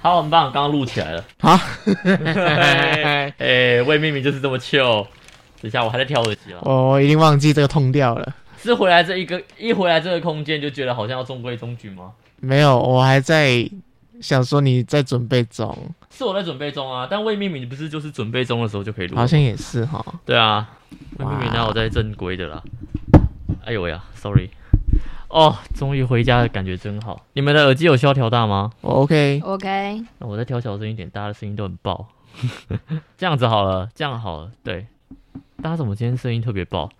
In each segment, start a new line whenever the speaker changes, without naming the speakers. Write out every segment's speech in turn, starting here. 好，很棒，刚刚录起来 了。
好，
哎、魏明明就是这么 chill。等一下，我还在挑耳机了。啊
哦我我已经忘记这个痛调了。
是回来这一个一回来这个空间就觉得好像要中规中矩吗？
没有，我还在想说你在准备中，
是我在准备中啊，但魏明明不是就是准备中的时候就可以录了吗？
好像也是哈。
对啊，
哇
明明哪有在正规的啦？哎呦喂呀，sorry。哦，终于回家的感觉真好。你们的耳机有需要调大吗？
我哦 OK，
OK，
那我再调小声一点，大家的声音都很爆。 这样子好了，这样好了。对，大家怎么今天声音特别爆？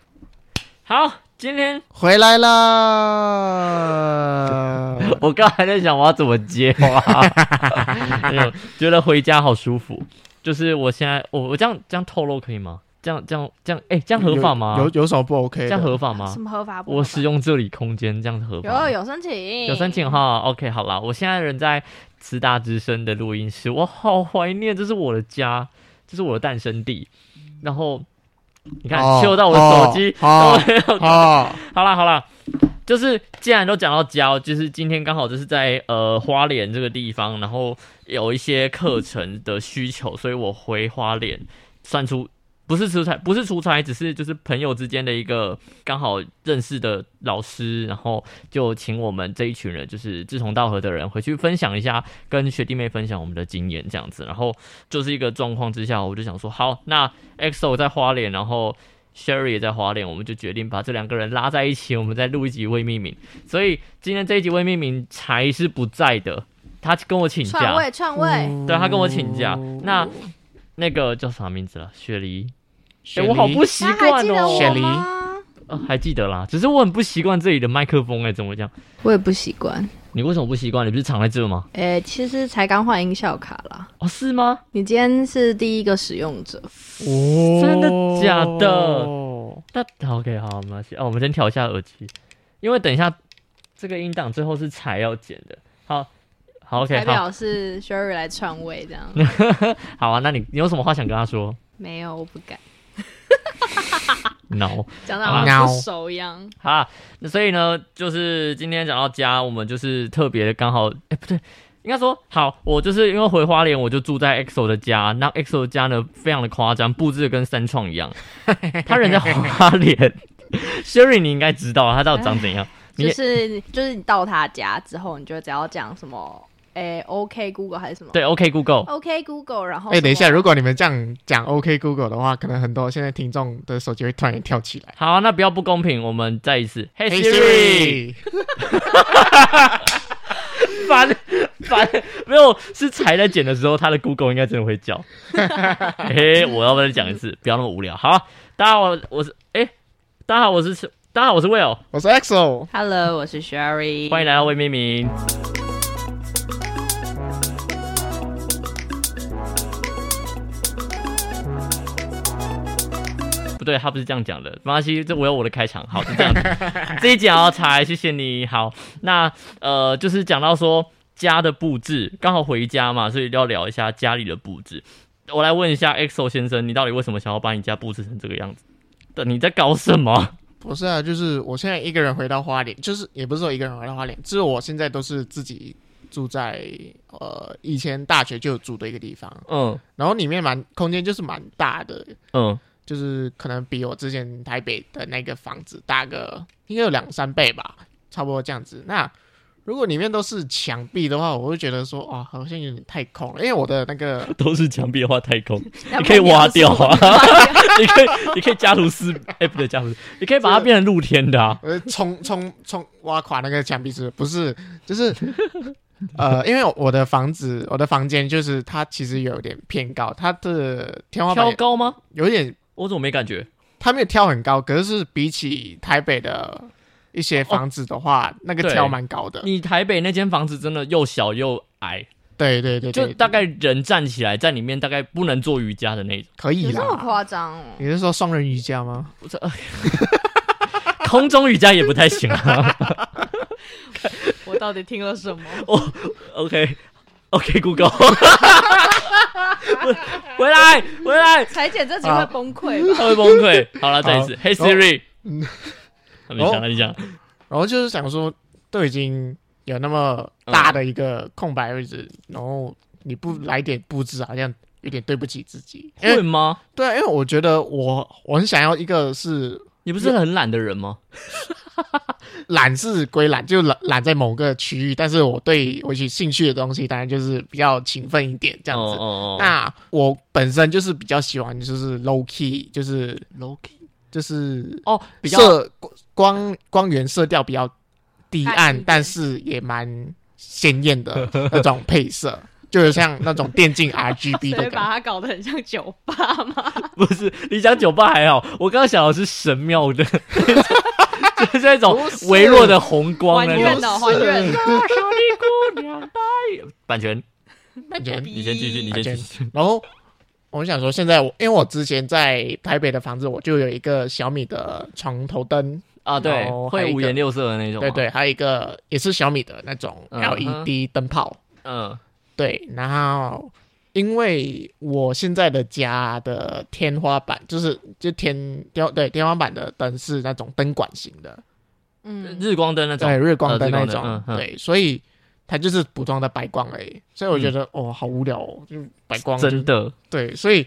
好，今天
回来啦。
我刚才在想我要怎么接话， 哎呦觉得回家好舒服。就是我现在，我我这样这样透露可以吗？这样这样这样，哎、这样合法吗？
有有有什么不 OK？
这
的
样合法吗
什？么合法不合
啊
法？
我使用这里空间，这样合法吗
有有申请，
有申请哈？OK，好啦，我现在人在慈大之声的录音室，我好怀念，这是我的家，这是我的诞生地。然后你看，
哦
秀到我的手机，
哦
然后
哦，
好啦好啦，就是既然都讲到家，就是今天刚好就是在呃花莲这个地方，然后有一些课程的需求，所以我回花莲算出不是出差，不是出差，只是就是朋友之间的一个刚好认识的老师，然后就请我们这一群人，就是志同道合的人回去分享一下，跟学弟妹分享我们的经验这样子。然后就是一个状况之下，我就想说，好，那 EXO 在花莲，然后 Sherry 也在花莲，我们就决定把这两个人拉在一起，我们再录一集未命名。所以今天这一集未命名才是不在的，他跟我请
篡
假，嗯
位篡位，
对他跟我请假。
嗯
那那个叫啥名字了？雪梨。哎、
雪梨
我好不习
大家还
惯
记得
哦。
雪
我
梨
吗？
呃，还记得啦，只是我很不习惯这里的麦克风、哎，怎么讲？
我也不习惯，
你为什么不习惯？你不是藏在这吗？
哎，其实才刚换音效卡啦。
哦，是吗？
你今天是第一个使用 者，
哦
真的假的？那好 OK，好，没关系。哦，我们先调一下耳机，因为等一下这个音档最后是才要剪的。好，好
代
OK，好，
表是 Sherry 来篡位 这样。
好啊。那你你有什么话想跟他说
没有，我不敢，
？No。
讲的好
啊
像不熟一样。
好，那所以呢，就是今天讲到家，我们就是特别的刚好，哎、不对，应该说好，我就是因为回花莲，我就住在 EXO 的家。那 EXO 的家呢，非常的夸张，布置的跟三创一样。他人在花莲，Sherry 你应该知道他到底长怎样。你
就
也
是就是你到他家之后，你就只要讲什么，哎，OK Google 还是什么？
对，OK Google，
，OK Google，然后
哎、等一下，
什么啊
如果你们这样讲 OK Google 的话，可能很多现在听众的手机会突然跳起来。
好，那不要不公平，我们再一次。Hey
Hey
Siri，
哎 Siri，
烦烦，没有是才在剪的时候，他的 Google 应该真的会叫。嘿、我要不要再讲一次？不要那么无聊。好，大家好，我我是哎、大家好，我是大家好，我是 Will，
我是 EXO。
Hello，我是 Sherry，
欢迎来到魏明明。不对，他不是这样讲的。没关系，这我有我的开场，好是这样子。这一集要才，谢谢你。好，那呃，就是讲到说家的布置，刚好回家嘛，所以要聊一下家里的布置。我来问一下 EXO 先生，你到底为什么想要把你家布置成这个样子？的你在搞什么？
不是啊，就是我现在一个人回到花莲，就是也不是说一个人回到花莲，就是我现在都是自己住在呃以前大学就有住的一个地方，
嗯
然后里面蛮空间就是蛮大的，
嗯，
就是可能比我之前台北的那个房子大个应该有两三倍吧，差不多这样子。那如果里面都是墙壁的话，我会觉得说哇，好像有点太空了，因为我的那个
都是墙壁的话，太空。
那
你可以
不然
挖
要
掉啊
什 么
你可以，你可以加图斯，哎、不对，加图斯，你可以把它变成露天的啊。
我是冲冲冲挖垮那个墙壁是不是？就是 呃，因为我的房子，我的房间就是它其实有点偏高，它的天花板
挑
也
高吗？
有点，
我怎么没感觉？
它没有挑很高，可是是比起台北的一些房子的话，那个
哦对
挑蛮高的。
你台北那间房子真的又小又矮，
对对对
就
对，
大概人站起来在里面大概不能做瑜伽的那种。
可以
有这么
啦。
夸张哦？
嗯
你是说双人瑜伽吗？
空中瑜伽也不太行 啊。
我到底听了什么？
OK OK Google，回来回来，
裁剪这集
啊
会崩溃吧？
他会崩溃。好了，再一次
好哦
，Hey Siri，你 讲你讲，
然后就是想说，都已经有那么大的一个空白位置，然后你不来点布置，好像有点对不起自己。因
会
为
吗？
对，啊因为我觉得我我很想要一个是
你不是很懒的人吗？
懒是归懒，就懒懒在某个区域，但是我对我有兴趣的东西，当然就是比较勤奋一点这样子。
哦哦哦
那我本身就是比较喜欢，就是 low key，就是
，low key
就是
哦，比较
色光光源色调比较低
暗一
暗
点，
但是也蛮鲜艳的那种配色，就是像那种电竞 RGB
所
的感
以把
觉。
它搞得很像酒吧嘛。
不是你讲酒吧还好，我刚刚想的是神庙的， 就是那种
不是
微弱的红光
还
那
愿
种。
哦，还愿
是。
小姑娘版权，
感觉
你先继续，你先继续。
然后我想说，现在我因为我之前在台北的房子，我就有一个小米的床头灯，
啊，对
然，后还有
会
一
五
个
颜六色的那种。
对，对，还有一个也是小米的那种
啊嗯哼
LED 灯泡，
嗯，
对，然后因为我现在的家的天花板就是就天天对天花板的灯是那种灯管型的，
嗯，
日光灯那
对
种。
日光灯那
日光
种
灯嗯，嗯
对，所以它就是普通的白光而已，所以我觉得哦好无聊哦，就白光就
真的，
对，所以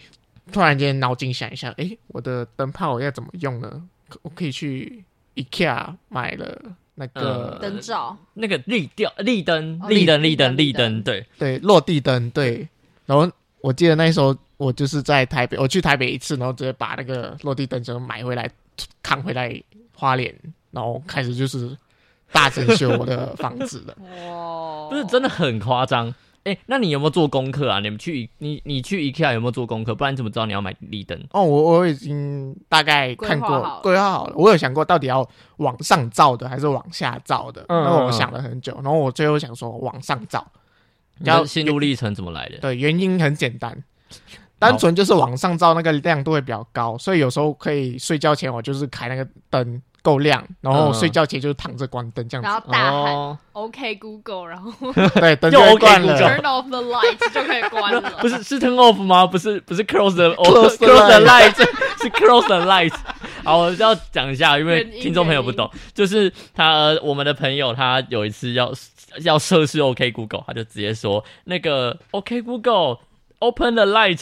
突然间脑筋想一下，诶，我的灯泡要怎么用呢？可我可以去 IKEA 买了那个、
呃
灯罩，
那个立吊、立灯、
哦
立灯、
立
立灯、立
立灯。
灯，对，
对落地灯，对，然后我记得那时候我就是在台北，我去台北一次，然后直接把那个落地灯就买回来扛回来花莲，然后开始就是大整修我的房子了
哇，
不是真的很夸张。哎，那你有没有做功课啊？你们去你你去 IKEA 有没有做功课？不然你怎么知道你要买立灯？
哦，我我已经大概看
规
过
划好了
规划好了，我有想过到底要往上照的还是往下照的，
嗯
然后我想了很久，然后我最后想说往上照，
你的
要
心路历程怎么来的？
对，原因很简单，单纯就是往上照那个亮度会比较高，所以有时候可以睡觉前我就是开那个灯够亮，然后
嗯
睡觉前就躺着关灯这
然
样
后大喊
哦
“OK Google”，然后
子，对，灯
又
会
OK
关
Google
了。
turn off the light 就可以关了。
不是是 turn off 吗？不是不是 close the
Close the
close the light 是 close the light。好，我要讲一下，因为
原因
听众朋友不懂，就是他呃我们的朋友他有一次要要测试 OK Google，他就直接说那个 OK Google open the light，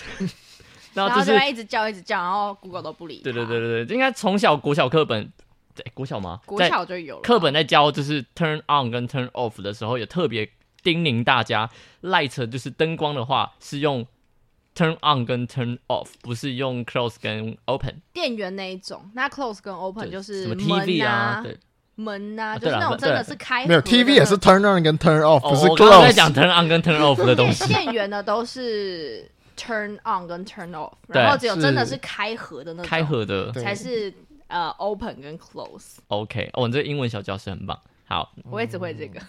然
然
后
后
就
就是会一直叫，一直叫，然后 Google 都不理。
对对，对对对，应该从小国小课本，对国小吗？
国
在
小就有了
课本在教就是 turn on 跟 turn off 的时候，有特别叮咛大家，light 就是灯光的话是用 turn on 跟 turn off，不是用 close 跟 open。
电源那一种，那 close 跟 open 就
什
是
么
门
TV 啊，对，
门呐，
啊
就是
对啦
那种真的是开
没有
合的那
TV 也是
种
turn on 跟 turn off，不是
哦我刚刚在
close。
讲 turn on 跟 turn off 的东西。
电源的都是 turn on 跟 turn off，
对
然后只有
是
真的是开合的那种
开合的
对
才是呃 open 跟 close。
，OK，哦，你这个英文小教室很棒， 好，
我也只会这个，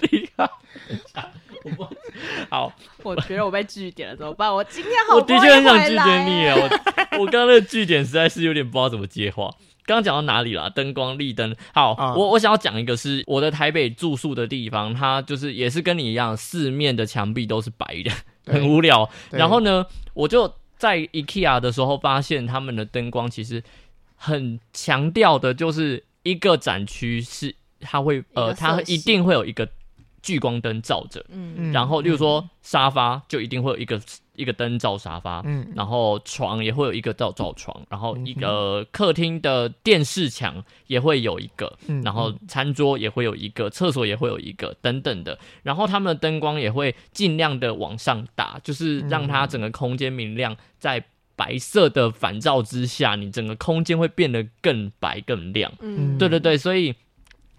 厉害。我不好，
我觉得我被拒点了怎么办？我今天好
我
不
的
容易
确很想拒
回来
绝你啊！ 我我刚刚那个据点实在是有点不知道怎么接话。刚刚讲到哪里啦？灯光、立灯。好，
啊
我我想要讲一个是我的台北住宿的地方，它就是也是跟你一样，四面的墙壁都是白的，
对
很无聊。
对
然后呢，我就在 IKEA 的时候发现他们的灯光其实很强调的，就是一个展区是它会
一
呃，
个色
它会
系
一定会有一个聚光灯照着。
嗯，
嗯
然后，例如说沙发，就一定会有一个一个灯照沙发，
嗯，
然后床也会有一个照照床，然后一个客厅的电视墙也会有一个，
嗯
然后餐桌也会有一个，厕所也会有一个，等等的。然后他们的灯光也会尽量的往上打，就是让它整个空间明亮，在白色的反照之下，你整个空间会变得更白更亮。
嗯，
对对对，所以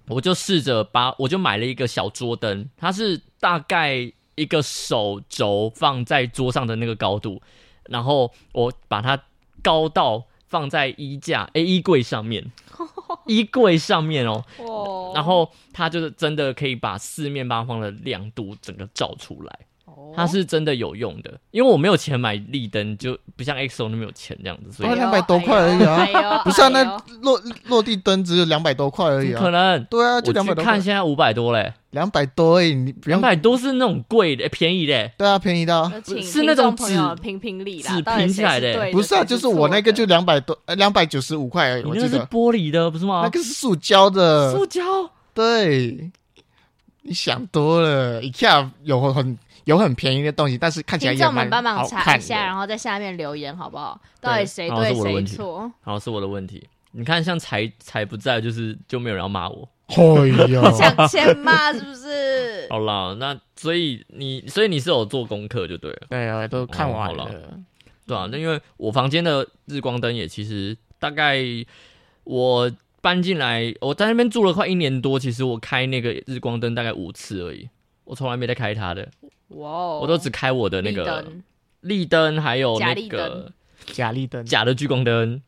我就试着把我就买了一个小桌灯，它是大概一个手肘放在桌上的那个高度，然后我把它高到放在衣架诶、衣柜 上面，衣柜上面哦，
哦
然后它就是真的可以把四面八方的亮度整个照出来。
哦
哦
它是真的有用的，因为我没有钱买立灯，就不像 XO 那么有钱这样子，所以
哦200多块而已啊
啊
不是啊，那
哎哎呦
落落地灯只有两百多块而已
不可
啊。
能。
对啊，就
我
两
去
百多块
看，现在五百多嘞、
两百多而已，你不
两
用。
百多是那种贵的、哎便宜的、
对啊，便宜的啊。
那请
是那种
听众朋友
纸
评评理啦，
纸
到底
拼
谁
起来
是
的
对
不是啊，
谁
就是
错
我那个
的
就两百多，呃，两百九十五块而已，
你
我
那个
记
是
得。
玻璃的不是吗？
那个是塑胶的，
塑胶
对，你想多了，IKEA 有很有很便宜的东西，但是看起来
听
也
众们
蛮
帮忙
好
查
看
一下，哦
的。
然后在下面留言好不好？到
对
底谁
好像
对
哦是我的
谁
问题
错？
好像是我的问题。你看，像才才不在，就是就没有人要骂我。
哎呦，
想
哦
先骂是 不是？
好啦，那所以你所以你是有做功课就对了，
对啊，都看完
哦好
了。
对啊，那因为我房间的日光灯也其实大概我搬进来，我在那边住了快一年多，其实我开那个日光灯大概五次而已，我从来没在开它的，
哇哦，
我都只开我的那
绿
个
灯，哦
立灯，还有
假
那
立
个
灯
假立灯，
假的聚光灯，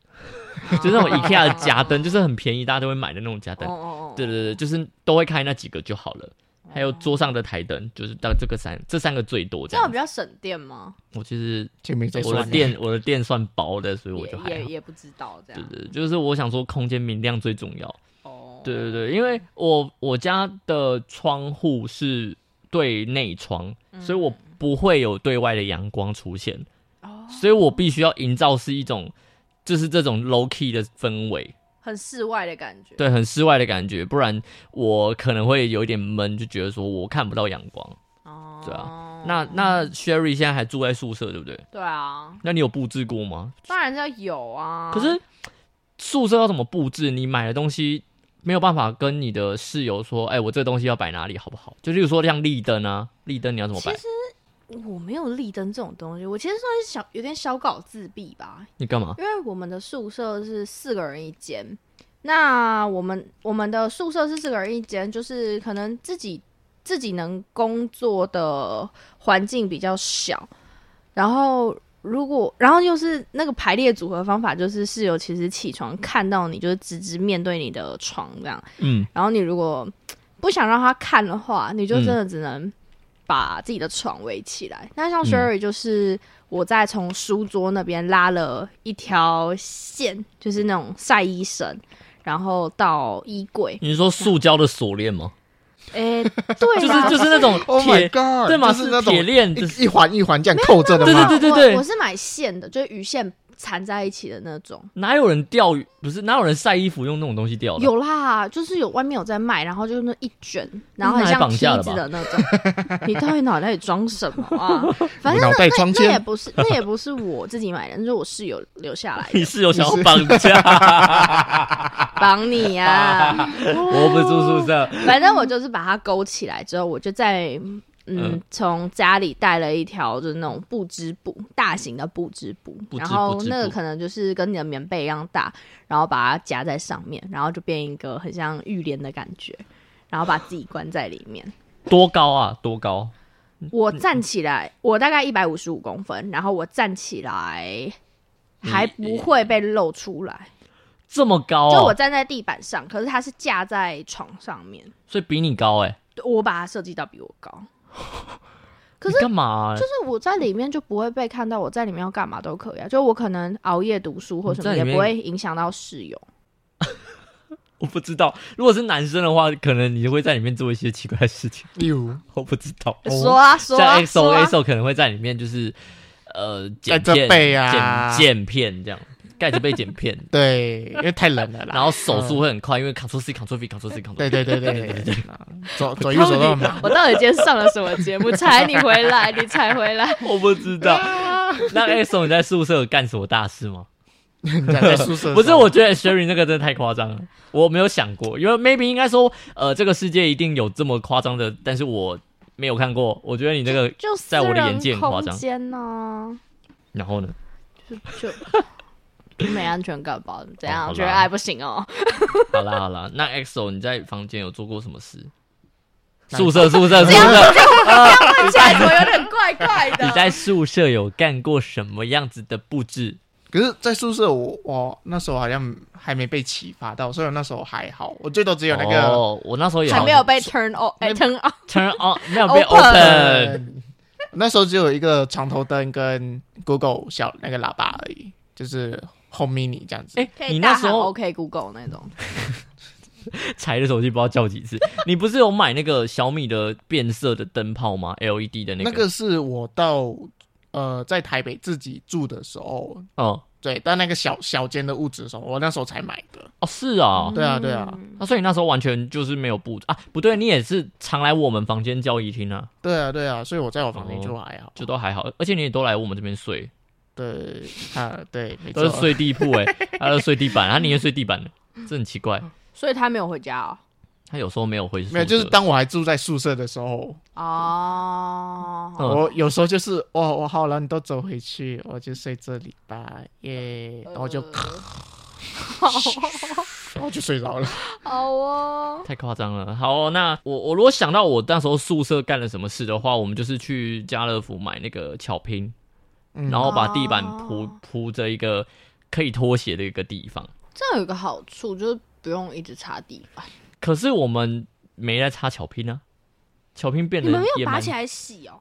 就是那种
哦
IKEA 的假 灯，就是很便宜，大家都会买的那种假
哦
灯。
哦哦，
对对对，就是都会开那几个就好了。还有桌上的台灯，就是到这个三这三个最多这
这样
样
比
子。
较省电吗？
我其实
就没在
我
算
的
了。
电我的电算薄的，所以我
也
就还
也
好。
也不知道这
对
样
对，就是我想说空间明亮最重要。
哦，
对对对，因为我我家的窗户是对内窗，
嗯
所以我不会有对外的阳光出现，
哦，
所以我必须要营造是一种就是这种 low key 的氛围，
很室外的感觉，
对，很室外的感觉，不然我可能会有一点闷，就觉得说我看不到阳光。
哦，
对啊那那 Sherry 现在还住在宿舍，对不对？
对啊，
那你有布置过吗？
当然要有啊。
可是宿舍要怎么布置？你买的东西没有办法跟你的室友说，哎、我这东西要摆哪里好不好？就例如说像立灯啊，立灯你要怎么摆
其？实我没有立灯这种东西，我其实算是小有点小搞自闭吧，
你干嘛？
因为我们的宿舍是四个人一间，那我们我们的宿舍是四个人一间，就是可能自己自己能工作的环境比较小，然后如果然后又是那个排列组合方法，就是室友其实起床看到你就是直直面对你的床这样，
嗯，
然后你如果不想让他看的话，你就真的只能把自己的床围起来。那像
嗯
Sherry 就是我在从书桌那边拉了一条线，就是那种晒衣绳，然后到衣 柜。
你是说塑胶的锁链吗？
诶，对啊
就是
啦，
哎就是那种
Oh my
铁，
god！
对吗？
就是那种
铁链，就是
一一环一环这样扣着的
没有没有
吗？
对对
我
对
我是买线的，就是鱼线缠在一起的那种。
哪有人钓鱼？不是哪有人晒衣服用那种东西钓的？
有啦，就是有外面有在卖，然后就是那一卷，然后很
那还
像
绑
梯
架了
子
吧
的那种。 你到底脑袋里装什么啊？反正
脑袋装
那也
尖，
不是，那也不是我自己买的，那是我室友留下来
你
的，
室友想要绑架？
绑你啊！
我不住宿舍，
反正我就是把它勾起来之后，我就在嗯
嗯，
从家里带了一条就是那种布织布，大型的布织布，
布织
然后
布织布
那个可能就是跟你的棉被一样大，然后把它夹在上面，然后就变一个很像浴帘的感觉，然后把自己关在里面。
多高啊？多高？
我
嗯
站起来，我大概一百五十五公分，然后我站起来还不会被露出来。
这么高
就我
嗯哦？
站在地板上，可是它是架在床上面，
所以比你高哎、
对我把它设计到比我高，
呃
可
你
是
干嘛、啊？
就是我在里面就不会被看到，我在里面要干嘛都可以啊，就我可能熬夜读书或什么
你在
也
里面
不会影响到室友。
我不知道，如果是男生的话，可能你会在里面做一些奇怪的事情，
例如
我不知道。
说啊说啊
像 XO
说啊
XO 可能会在里面就是呃剪
盖着
片
被啊，
剪剪片这样，盖着被剪 片
对，因为太冷了啦。
然后手速会很快，因为 Ctrl C Ctrl V Ctrl C Ctrl V。
对对对对对对，左左右手都很 忙。
我到底今天上了什么节目？才你回来，你才回来。
我不知道。
啊
那 XO 你在宿舍有干什么大事吗？
你在在宿舍
不是，我觉得 Sherry 那个真的太夸张了，我没有想过，因为 maybe 应该说，呃，这个世界一定有这么夸张的，但是我没有看过。我觉得你那个，
就
在我的眼界很夸张
私人空间呢、
然后呢？
就就就没安全感吧？怎
哦好
样？
啦
觉得爱不行哦？
好啦好啦， 那 XO 你在房间有做过什么事？
哪
宿舍宿舍宿
这样
舍，
看起来怎么有点怪怪的？
你在宿舍有干过什么样子的布置？
可是，在宿舍我我那时候好像还没被启发到，所以我那时候还好，我最多只有那个
哦，我那时候也
还没有被 turn on，哎、
那
turn on，
turn on，没有被
Open
呃
open。，
那时候只有一个床头灯跟 Google 小那个喇叭而已，就是 Home Mini 这样子。
哎
可，
你
以
那
大
时
喊
候
OK Google 那种。
踩的手机不知道叫几次。你不是有买那个小米的变色的灯泡吗？LED E 的那
那
个。
个是我到呃在台北自己住的时候，
哦
对，但那个小小间的屋子的时候，我那时候才买的。
哦，是哦。
对啊对啊
嗯
那、所以你那时候完全就是没有布置啊？不对，你也是常来我们房间交易厅啊，
对啊对啊，所以我在我房间就还好。
就都还好，而且你也都来我们这边睡，
对啊对，没
都
错
是。睡地铺 哎、他都是睡地板，他宁愿睡地板的，这很奇怪。
所以他没有回家哦。
他有时候没有回宿舍，
没有，就是当我还住在宿舍的时候，
哦，
嗯
我有时候就是哦，我好了，你都走回去，我就睡这里吧，耶，然后就、
呃
呃 然后就睡着了。
好哦，
太夸张了。好、那我我如果想到我那时候宿舍干了什么事的话，我们就是去家乐福买那个巧拼，
嗯
然后把地板铺
哦
铺着一个可以拖鞋的一个地方。
这样有一个好处就是不用一直擦地板，
可是我们没在擦巧拼啊，巧拼变
你
得
们没
也
有拔
蛮
起，来洗哦。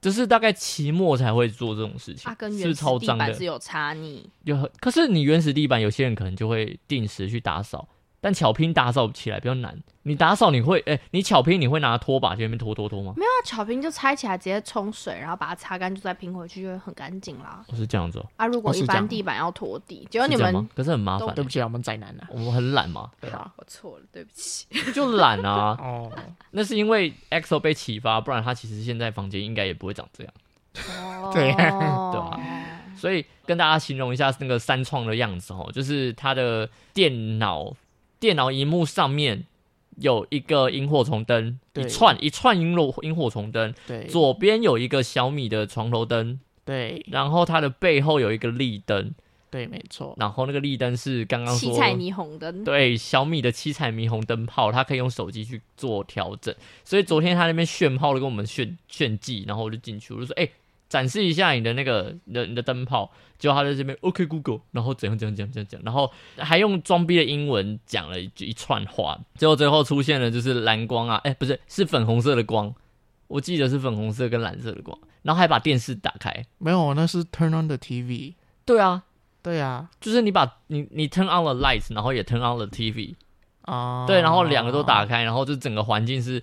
就是大概期末才会做这种事情，
啊，跟
是不
原
是
始
超
地
脏的
板只。有擦你
有很，可是你原始地板，有些人可能就会定时去打扫，但巧拼打扫起来比较难。你打扫你会，哎、你巧拼你会拿拖把去那边拖拖拖吗？
没有啊，巧拼就拆起来直接冲水，然后把它擦干，就再拼回去，就会很干净啦。
我、是这样子哦、
啊，如果
哦是
一
这样
般地板要拖地，结果
是
你
这样
们
吗？可是很麻烦、
对不起啊，我们宅男啊，
我们很懒嘛，
对啊，
我错了，对不起。
就懒啊。
哦，
那是因为 EXO 被启发，不然他其实现在房间应该也不会长这样。
对 啊
哦，
所以跟大家形容一下那个三创的样子哦，就是它的电脑电脑荧幕上面有一个萤火虫灯，一
对
串一串萤火萤火虫灯，
对，
左边有一个小米的床头灯，对，然后它的背后有一个立灯，
对，没错，
然后那个立灯是刚刚
七
说
彩霓虹灯，
对小米的七彩霓虹灯泡，它可以用手机去做调整。所以昨天他那边炫炮的跟我们炫炫技，然后我就进去，我就说：“哎、展示一下你的那个你的你的灯泡。”结果他在这边 OK Google，然后怎样怎样怎样怎样怎样，然后还用装逼的英文讲了一句一串话，结果最后出现了就是蓝光啊，哎、不是是粉红色的光，我记得是粉红色跟蓝色的光，然后还把电视打开。
没有，那是 turn on the TV。
对啊，
对啊，
就是你把你你 turn on 了 lights，然后也 turn on 了 TV，
啊、
对，然后两个都打
哦
开，然后就整个环境是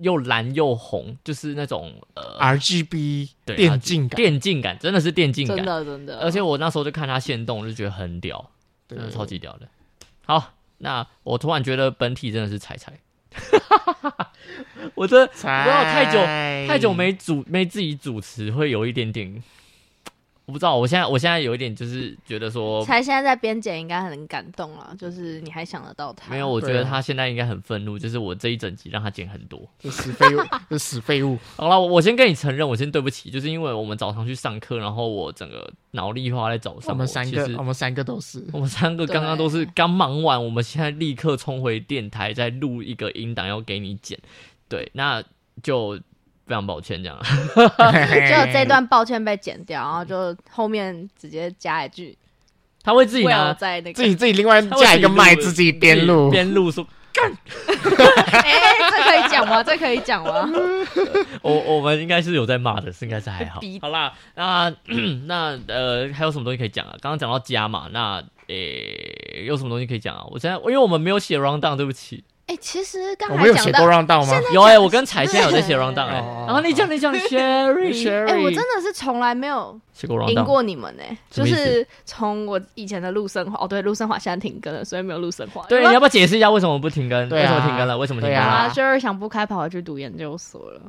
又蓝又红，就是那种呃
RGB
对
电竞感，
电竞感，真的是电竞
真
感。
的真的，
而且我那时候就看他现动，我就觉得很屌，真的
对
超级屌的。好，那我突然觉得本体真的是彩彩， 我这
猜
不要太久
哎
太久没主没自己主持，会有一点点，我不知道。我现在我现在有一点就是觉得说，
才现在在边检应该很感动了，就是你还想得到他，
没有，我觉
对
得
啊
他现在应该很愤怒，就是我这一整集让他剪很多。
这死废物，这死废 物，
好了，我我先跟你承认，我先对不起，就是因为我们早上去上课，然后我整个脑力花在早上。
我们三
其
个，哦
实
我们三个都 是，
我们三个刚刚都是
对
刚忙完，我们现在立刻冲回电台，再录一个音档要给你剪。对，那就非常抱歉这样。
就
就
这段抱歉被剪掉，然后就后面直接加一句，
他会自己
为了
拿
在那个
自，己自己另外
他会自己
加一个
录
麦，自己边录，
边录说，
哎，这可以讲吗？这可以讲吗？
我我们应该是有在骂的，是应该是还好
逼。
好啦，那 那呃，还有什么东西可以讲啊？刚刚讲到家嘛，那诶、有什么东西可以讲啊？我现在因为我们没有写 round down，对不起。
哎，其实刚
我
才
们有
讲
写
到
过。让道 吗？
有哎、我跟彩现在有在写 round down 哎、
哦
然后你讲你讲 Sherry
哎、我真的是从来没有
写过 round
赢
down，
过你们呢、哎
什
就
么意思
是从我以前的陆生华，哦，对，陆生华现在停更了，所以没有陆生华。
对，
有
你要
没有
不要解释一下为什么不停更？
对
为
啊
什么停更了？为什么停更
对
了？
啊，就是想不开，跑回去读研究所了。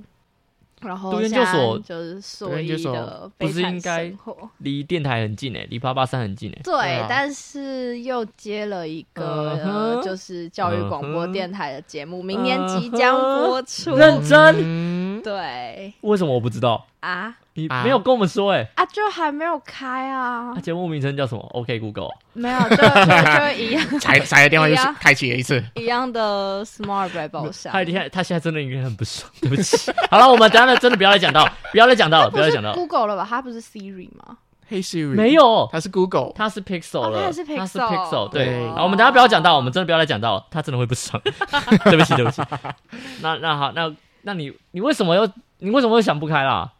然后
读研究所
现在就是所以的
读研究所不
悲
是
惨
应该
生活，
离电台很近哎、离八八三很近哎、
对，
对啊
但是又接了一个、
嗯哼
呃就是教育广
嗯
播
哼嗯
电台的节目，明年即将播出。
认真？
嗯，
对
为什么我不知道？
啊
你
啊
没有跟我们说哎、
啊，就还没有开啊
那，节目名称叫什么？OK Google，
没有，就就就一样。
才才的电话又
对哎呀
开启了一次，
一样的 smart 白宝 箱，
他现在他现在真的应该很不爽， 对不起。好了，我们等一下真的不要再讲到，不要再讲到了，不
不
要再
是
讲到了，
Google 了吧？它不是 Siri 吗？
嘿 Siri，
没，有，
他是 Google，
他是 Pixel
哦
了，
他也是 Pixel
他是 Pixel，对。
对
哦
好，我们等一下不要讲到，我们真的不要再讲到了，他真的会不 爽。对不起，对不起。 那那好，那那你你为什么又你为什么又想不开啦？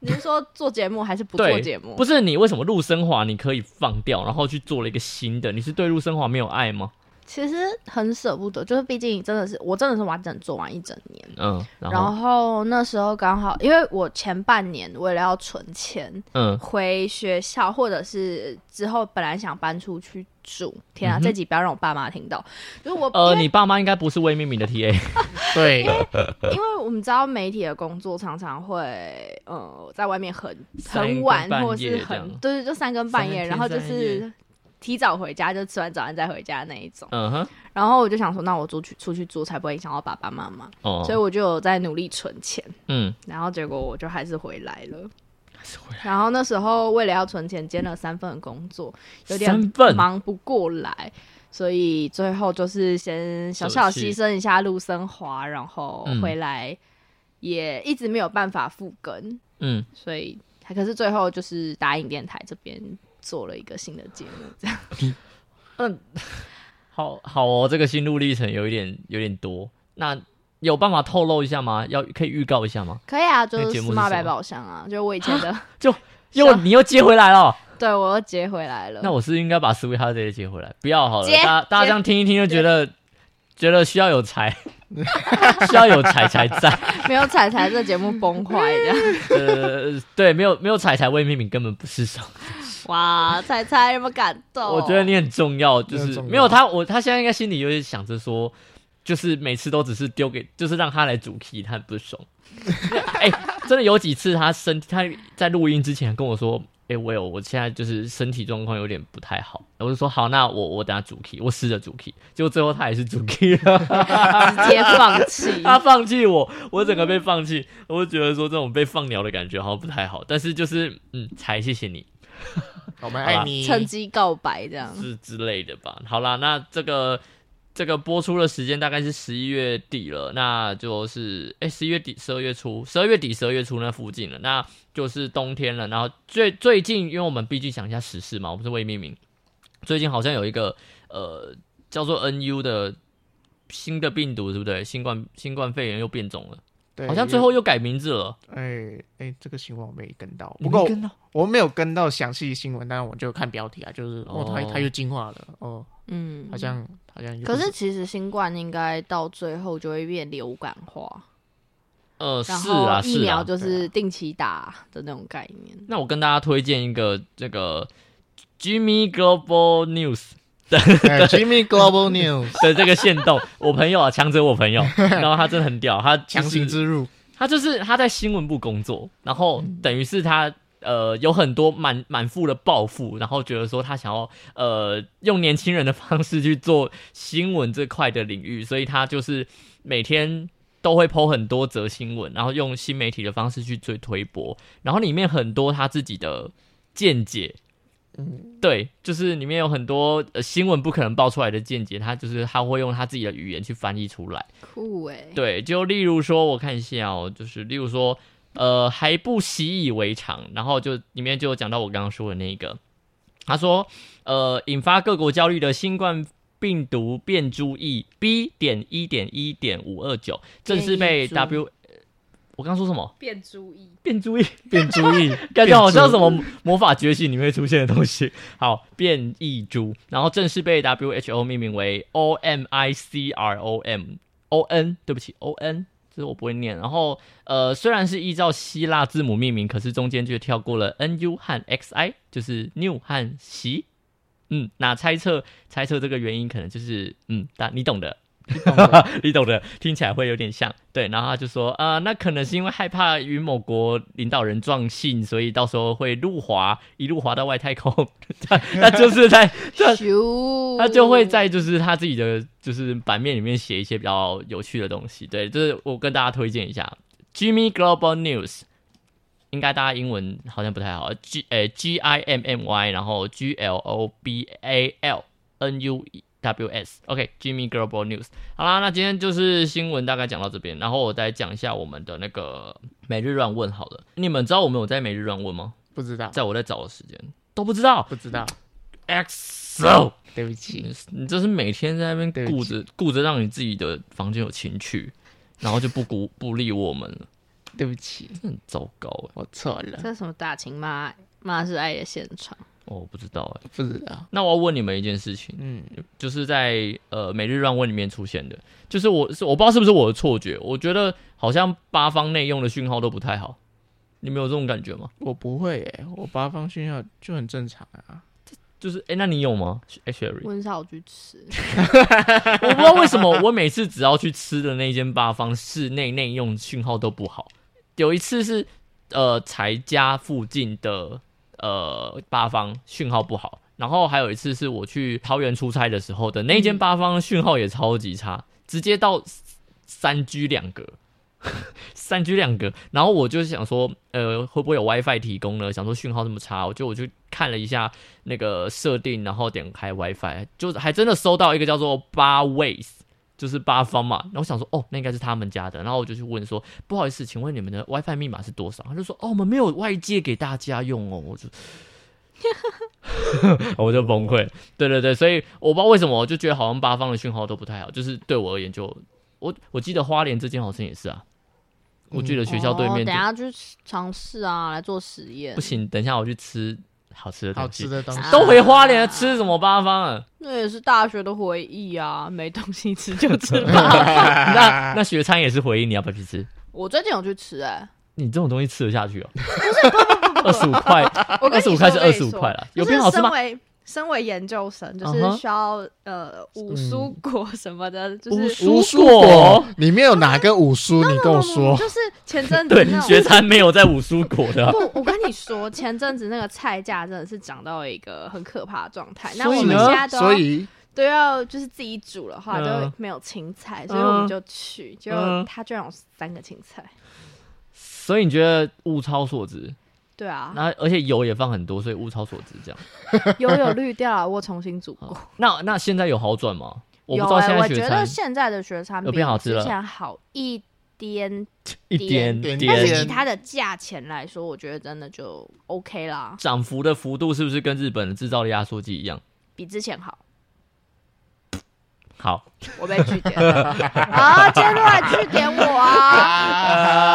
你是说做节目还是不做
对
节目？
不是你为什么陆生华你可以放掉，然后去做了一个新的？你是对陆生华没有爱吗？
其实很舍不得，就是毕竟真的是我真的是完整做完一整年。
嗯，然
然后那时候刚好，因为我前半年为了要存钱
嗯，
回学校，或者是之后本来想搬出去住。天
嗯
啊，
哼
这集不要让我爸妈听到。就是我，
呃，
因为
你爸妈应该不是未命名的 TA，
对，
因为我们知道媒体的工作常常会，呃，在外面很
三
很
更
晚，
半
或
夜
是
这
很
样
对对，就三更半夜，
三天
然后就
三夜
是提早回家，就吃完早餐再回家那一种。
嗯哼，
然后我就想说，那我出去出去住才不会影响到爸爸妈妈，
哦，
所以我就有在努力存钱。
嗯，
然后结果我就还是回来了。
还是回来
然后那时候为了要存钱，兼了三份工作，有
三
点
份
忙不过来，所以最后就是先小小牺牲一下陆生华，然后
嗯
回来也一直没有办法复更，
嗯，
所以可是最后就是答应电台这边做了一个新的节目，这样
好好哦，这个心路历程有一点有点多，那有办法透露一下吗？要可以预告一下吗？
可以啊，就
那节
是
目是
Smart
什
百
么
宝箱啊，就是我以前的，
又
是啊
你又接回来了，
对我又接回来了。
那我是不是应该把 Sweet Heart 这些接回来，不要好了，
接
大家大家
接
这样听一听就觉得觉得需要有才， 需要有才才在，
没有彩彩这节目崩坏这样。
呃，对，没有没有才才未命名根本不是什么。
哇，彩彩有没有感动？
我觉得你很重要，就
你很
是
重要
没有他，我他现在应该心里有点想着说，就是每次都只是丢给，就是让他来主 key，他很不爽。 哎、真的有几次他身体他在录音之前跟我说，哎、我有我现在就是身体状况有点不太好，我就说好，那我我等下主 key，我试着主 key，结果最后他也是主 key 了，。
直接放弃
他放弃我，我整个被放弃，我就觉得说这种被放鸟的感觉好像不太好，但是就是嗯，才谢谢你。
我们爱你，
趁机告白这样。
之之类的吧。好啦，那这个这个播出的时间大概是十一月底了，那就是哎十一月底十二月初，十二月底十二月初那附近了，那就是冬天了。然后最最近，因为我们毕竟想一下时事嘛，我们是未命名，最近好像有一个呃叫做 NU 的。新的病毒对不对？新冠新冠肺炎又变种了，
对
好像最后又改名字了。
哎哎，这个新闻我没跟到，
你
不
没
过
跟到
我没有跟到详细新闻，但是我就看标题啊，就是哦，它
哦
它又进化了，哦，
嗯
好。像好像又不
可是其实新冠应该到最后就会变流感化，
呃，
然
是
后
啊，
疫
是啊
苗，就是定期打的那种概念。
那我跟大家推荐一个这个 Jimmy Global News
哎 Jimmy Global News
的这个线动，我朋友啊，强者我朋友，然后他真的很屌，他就
强
是
行植入，
他就是他在新闻部工作，然后等于是他呃有很多满满腹的抱负，然后觉得说他想要呃用年轻人的方式去做新闻这块的领域，所以他就是每天都会 PO 很多则新闻，然后用新媒体的方式去追推播，然后里面很多他自己的见解。对，就是里面有很多、呃、新闻不可能爆出来的见解，他就是他会用他自己的语言去翻译出来。
酷哎、
对，就例如说，我看一下哦，就是例如说，呃，还不习以为常，然后就里面就有讲到我刚刚说的那个，他说，呃，引发各国焦虑的新冠病毒变株 E B 点一点一点五二九，正式被
变异株
W，呃我刚刚说什么？
变猪一
变株 E，
变注意，
感觉好
变
像什
猪
么魔法觉醒里面出现的东西。好，变异株，然后正式被 WHO 命名为 O M I C R O M O N，对不起，O N。这是我不会念，然后呃，虽然是依照希腊字母命名，可是中间却跳过了 N U 和 X I，就是 new 和习。嗯，那猜测猜测这个原因可能就是嗯，大你懂的， 你懂的，听起来会有点像。对，然后他就说，呃，那可能是因为害怕与某国领导人撞信，所以到时候会入华，一路滑到外太空。 他他就是在这
咻，
他就会在就是他自己的就是版面里面写一些比较有趣的东西。对，就是我跟大家推荐一下 Jimmy Global News，应该大家英文好像不太好，G 呃 G I M M Y，然后 G L O B A L N U E W S，OK，Jimmy、Global News。好啦，那今天就是新闻大概讲到这边，然后我再讲一下我们的那个每日乱问好了。你们知道我们有在每日乱问吗？
不知道
在我在找的时间都不知道
不知道，嗯
，XO。
对不起，
你你这是每天在那边顾着顾着让你自己的房间有情趣，然后就不顾 不理我们了，
对不起，
很糟糕哎。
我错了，
这是什么大情骂骂是爱的现场，
哦我不知道哎、
不知道，
那我要问你们一件事情，
嗯，
就是在呃每日乱问里面出现的，就是我是我不知道是不是我的错觉，我觉得好像八方内用的讯号都不太好，你们有这种感觉吗？
我不会诶、我八方讯号就很正常啊。
就是哎、诶那你有吗诶？Sherry，
我很少去吃，
我不知道为什么我每次只要去吃的那间八方室内内用讯号都不好，有一次是呃柴家附近的呃八方讯号不好，然后还有一次是我去桃园出差的时候的那间八方讯号也超级差，直接到三 G 两格。 三 G 两格，然后我就想说，呃，会不会有 WiFi 提供呢？想说讯号这么差，我就我就看了一下那个设定，然后点开 WiFi，就是还真的收到一个叫做八 ways，就是八方嘛。然后我想说，哦，那应该是他们家的。然后我就去问说，不好意思，请问你们的 WiFi 密码是多少？他就说，哦，我们没有外借给大家用哦。我就。 我就崩溃，对对对，所以我不知道为什么，我就觉得好像八方的讯号都不太好，就是对我而言就，我我记得花莲这间好像也是啊，我记得学校对
哦
面就、
等一下去尝试啊，来做实验。
不，行，等一下我去吃好吃的东
好
西
吃，的东西
啊
都回花莲了，吃什么八方啊？
那也是大学的回忆啊，没东西吃就吃吧。
那那学餐也是回忆，你要不要去吃？
我最近有去吃哎、
你这种东西吃得下去哦？不是，二十五块，
我跟
二十
你说
五块是
我跟
二
你
十五
说
块了，
就
有
是
变好吃
身
吗？
为身为研究生，就
嗯哼嗯
是需要、呃五蔬果什么的，就是
蔬
五蔬
果
果里面有哪个五蔬？你跟我说，
哦就是前阵子
对，
那
学
种。
餐没有在五蔬果的啊，
不，我跟你说，前阵子那个菜价真的是涨到一个很可怕的状态。那
所以
我们
呢
现在都
所
要
以
都要就是自己煮的话，
嗯
都没有青菜，所以我们就去，结果
嗯
他居然有三个青菜。
所以你觉得物超所值？
对啊，
那而且油也放很多，所以物超所值这样。
油有滤掉啊，我重新煮过。
那那现在有好转吗？哦我不
有
知道
哎、
现
我
在
觉
学
得
餐
现在的学餐
有
比
变好吃了
之前好一点，
一
点
点
点
但
点
是以它的价钱来说，我觉得真的就 OK 啦，
涨幅的幅度是不是跟日本的制造的压缩机一样？
比之前好。
好，
我被拒绝了，啊，今天都来据点我啊！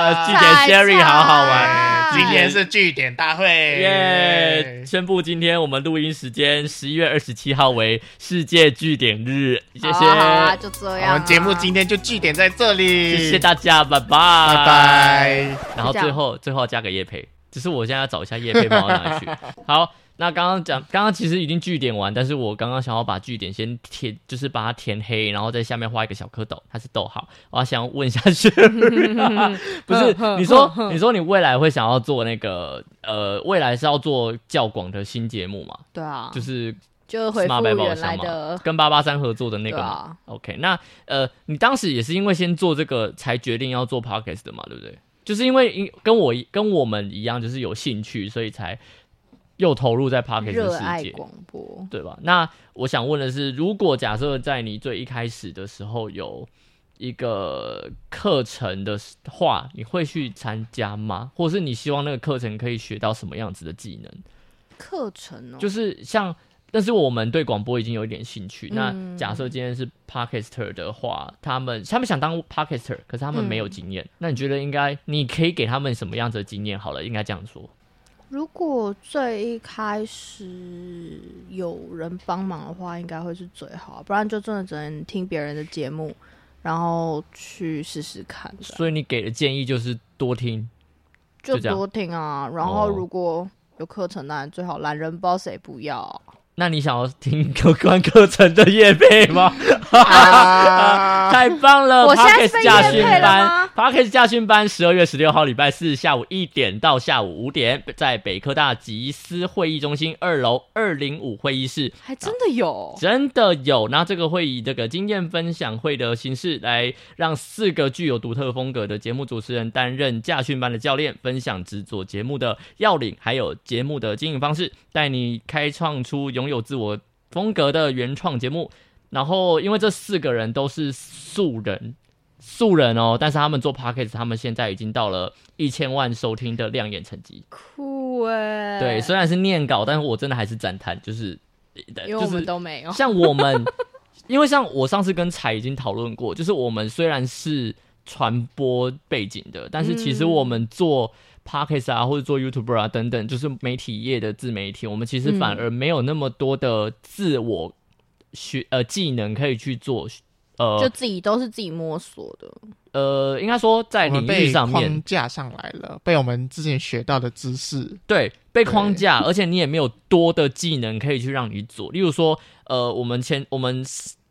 呃，据点
菜
Sherry 好好玩
菜，
今天是。
据点大会，
耶！宣布今天我们录音时间十一月二十七号为世界据点日， 谢
好
谢，
啊好啊，就这样啊。
我们节目今天就据点在这里，
谢谢大家，拜拜，
拜
拜。
拜。
然后最后最后加个叶配，只是我现在要找一下叶配放到哪 里去。好，那刚刚讲，刚刚其实已经据点完，但是我刚刚想要把据点先填，就是把它填黑，然后在下面画一个小蝌蚪，它是逗号。我要想问一下 Sherry，啊 不是你说你说你未来会想要做那个呃，未来是要做较广的新节目嘛？
对啊，
就是
就回
Smart
复
百宝
原
箱
来
嘛
的，
跟八八三合作的那
对
个嘛。
啊，
OK，那呃，你当时也是因为先做这个才决定要做 podcast 的嘛，对不对？就是因为因跟我一跟我们一样，就是有兴趣，所以才又投入在 podcast
热
的
爱
世界，
广播。
对吧？那我想问的是，如果假设在你最一开始的时候有一个课程的话，你会去参加吗？或是你希望那个课程可以学到什么样子的技能？
课程哦，
就是像，但是我们对广播已经有一点兴趣。那
嗯
假设今天是 podcaster 的话，他们他们想当 podcaster，可是他们没有经
嗯
验。那你觉得应该，你可以给他们什么样子的经验？好了，应该这样说。
如果最一开始有人帮忙的话，应该会是最好，不然就真的只能听别人的节目，然后去试试看这样，
所以你给的建议就是多听。
就
这样
多听啊。然后
哦
如果有课程，当然最好，懒人包谁不要啊？
那你想要听有关课程的业配 吗？
啊
太棒了！
我现
p o d
在
c a
是
s t 驾
被业
训
配了
班
吗
p o d c a s t 驾训班十二月十六号礼拜四下午一点到下午五点，在北科大集思会议中心二楼二零五会议室。
还真的有，
真的有，那这个会以这个经验分享会的形式来让四个具有独特风格的节目主持人担任驾训班的教练，分享制作节目的要领，还有节目的经营方式，带你开创出拥有自我风格的原创节目。然后，因为这四个人都是素人，素人哦，但是他们做 p o c k e t 他们现在已经到了一千万收听的亮眼成绩。
酷哎、
对，虽然是念稿，但是我真的还是赞叹，就是。呃
因
就
为我
是
们都没有，
像我们，因为像我上次跟彩已经讨论过，就是我们虽然是传播背景的，但是其实我们做 p o c k e t 啊，或者做 YouTuber 啊等等，就是媒体业的自媒体，我们其实反而没有那么多的自我学呃技能可以去做，
就
呃
自己都是自己摸索的。
呃，应该说在
我
领
们
域
被
上面
框架上来了，被我们之前学到的知识，
对，被框架，而且你也没有多的技能可以去让你做。例如说，呃，我们前我们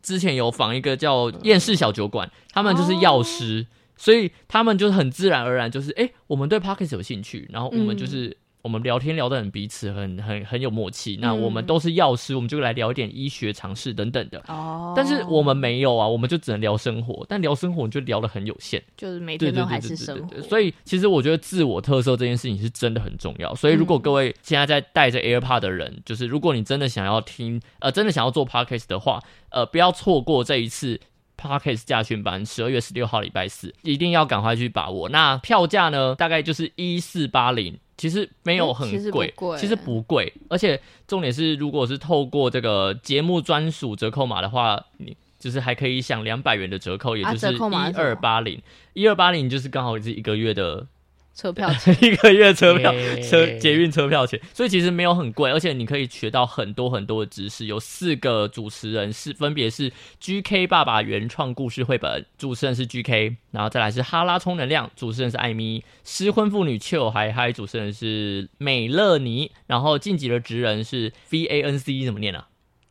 之前有访一个叫
嗯
厌世小酒馆，他们就是药
哦
师，所以他们就是很自然而然就是，哎、我们对 p o c k e t 有兴趣，然后我们就是。我们聊天聊得很彼此，很很很有默契。那我们
嗯嗯
都是药师，我们就来聊一点医学常识等等的。
哦
但是我们没有啊，我们就只能聊生活。但聊生活，你就聊得很有限。
就是每
对
天
对对
都还
对
是
对
生
对
活，
对，所以其实我觉得自我特色这件事情是真的很重要。所以如果各位现在在带着 AirPod 的人，就是如果你真的想要听，呃，真的想要做 Podcast 的话，呃，不要错过这一次。Podcast 驾训班十二月十六号礼拜四，一定要赶快去把握。那票价呢，大概就是一四八零，其实没有
嗯
很
其实不
贵，
贵
其实不贵，而且重点是，如果是透过这个节目专属折扣码的话，你就是还可以享两百元的折扣，也
啊
就是
折扣
一
码是什么
二八零。一二八零就是刚好是一个月的
车票
一个月车票
耶
车捷运车票钱，所以其实没有很贵，而且你可以学到很多很多的知识。有四个主持人是分别是 GK 爸爸原创故事绘本，主持人是 GK，然后再来是哈拉充能量，主持人是艾米，失婚妇女 Chill 嗨嗨，主持人是美乐妮，然后晋级的职人是 VANC 怎么念啊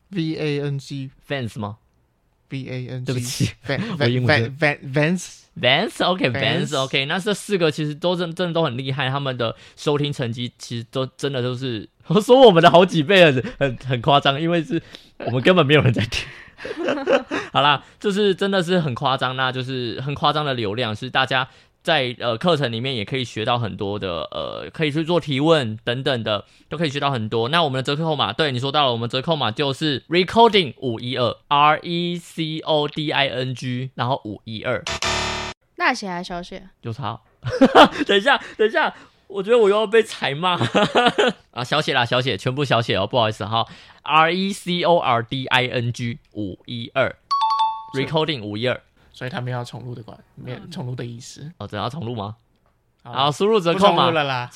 V A N G
？Fans 吗
V A N G，
对不起
Van-
我英
Van
文真
Van Van Vance
？Vans OK
Vans
Vans OK，那这四个其实都真真的都很厉害，他们的收听成绩其实都真的都是 我说我们的好几倍很，很很夸张，因为是我们根本没有人在听。 好啦，就是真的是很夸张，那就是很夸张的流量，是大家在呃课程里面也可以学到很多的，呃，可以去做提问等等的，都可以学到很多。那我们的折扣码，对你说到了，我们折扣码就是 recording 五一二 R E C O D I N G，然后五一二，
大写还是小写？
有差哦、 等一下，等一下，我觉得我又要被踩骂 啊！小写啦，小写，全部小写哦，不好意思哈。R E C O R D I N G 五一二
是
，recording 五一二。
所以他们要重录的关，没有重录的意思。
哦，等下要重录吗？
好
好，输入折
不
扣
重
嘛
录。了啦，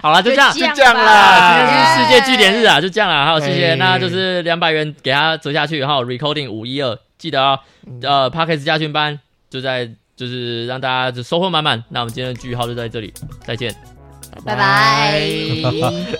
好了，就这样。
就这样啦
啊，今天是世界据点日
啊！
啊，就这样啦。好，谢谢。
哎
那就是两百元给他折下去，哈，recording 五一二，记得哦。
嗯
呃 p a c k e s 加群班就在，就是让大家就收获满满。那我们今天的句号就在这里，再见。
拜拜。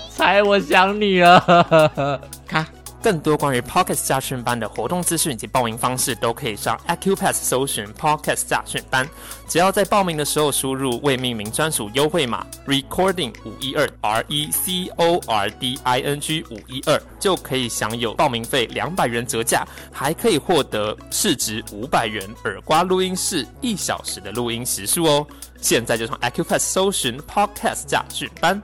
猜我想你了。
咔。
更多关于 Pocket 驾训班的活动资讯以及报名方式，都可以上 Acupass 搜寻 Pocket 驾训班。只要在报名的时候输入未命名专属优惠码 Recording 五一二 R E C O R D I N G 五一二，就可以享有报名费两百元折价，还可以获得市值五百元耳瓜录音室一小时的录音时数哦。现在就上 Acupass 搜寻 Podcast 驾训班。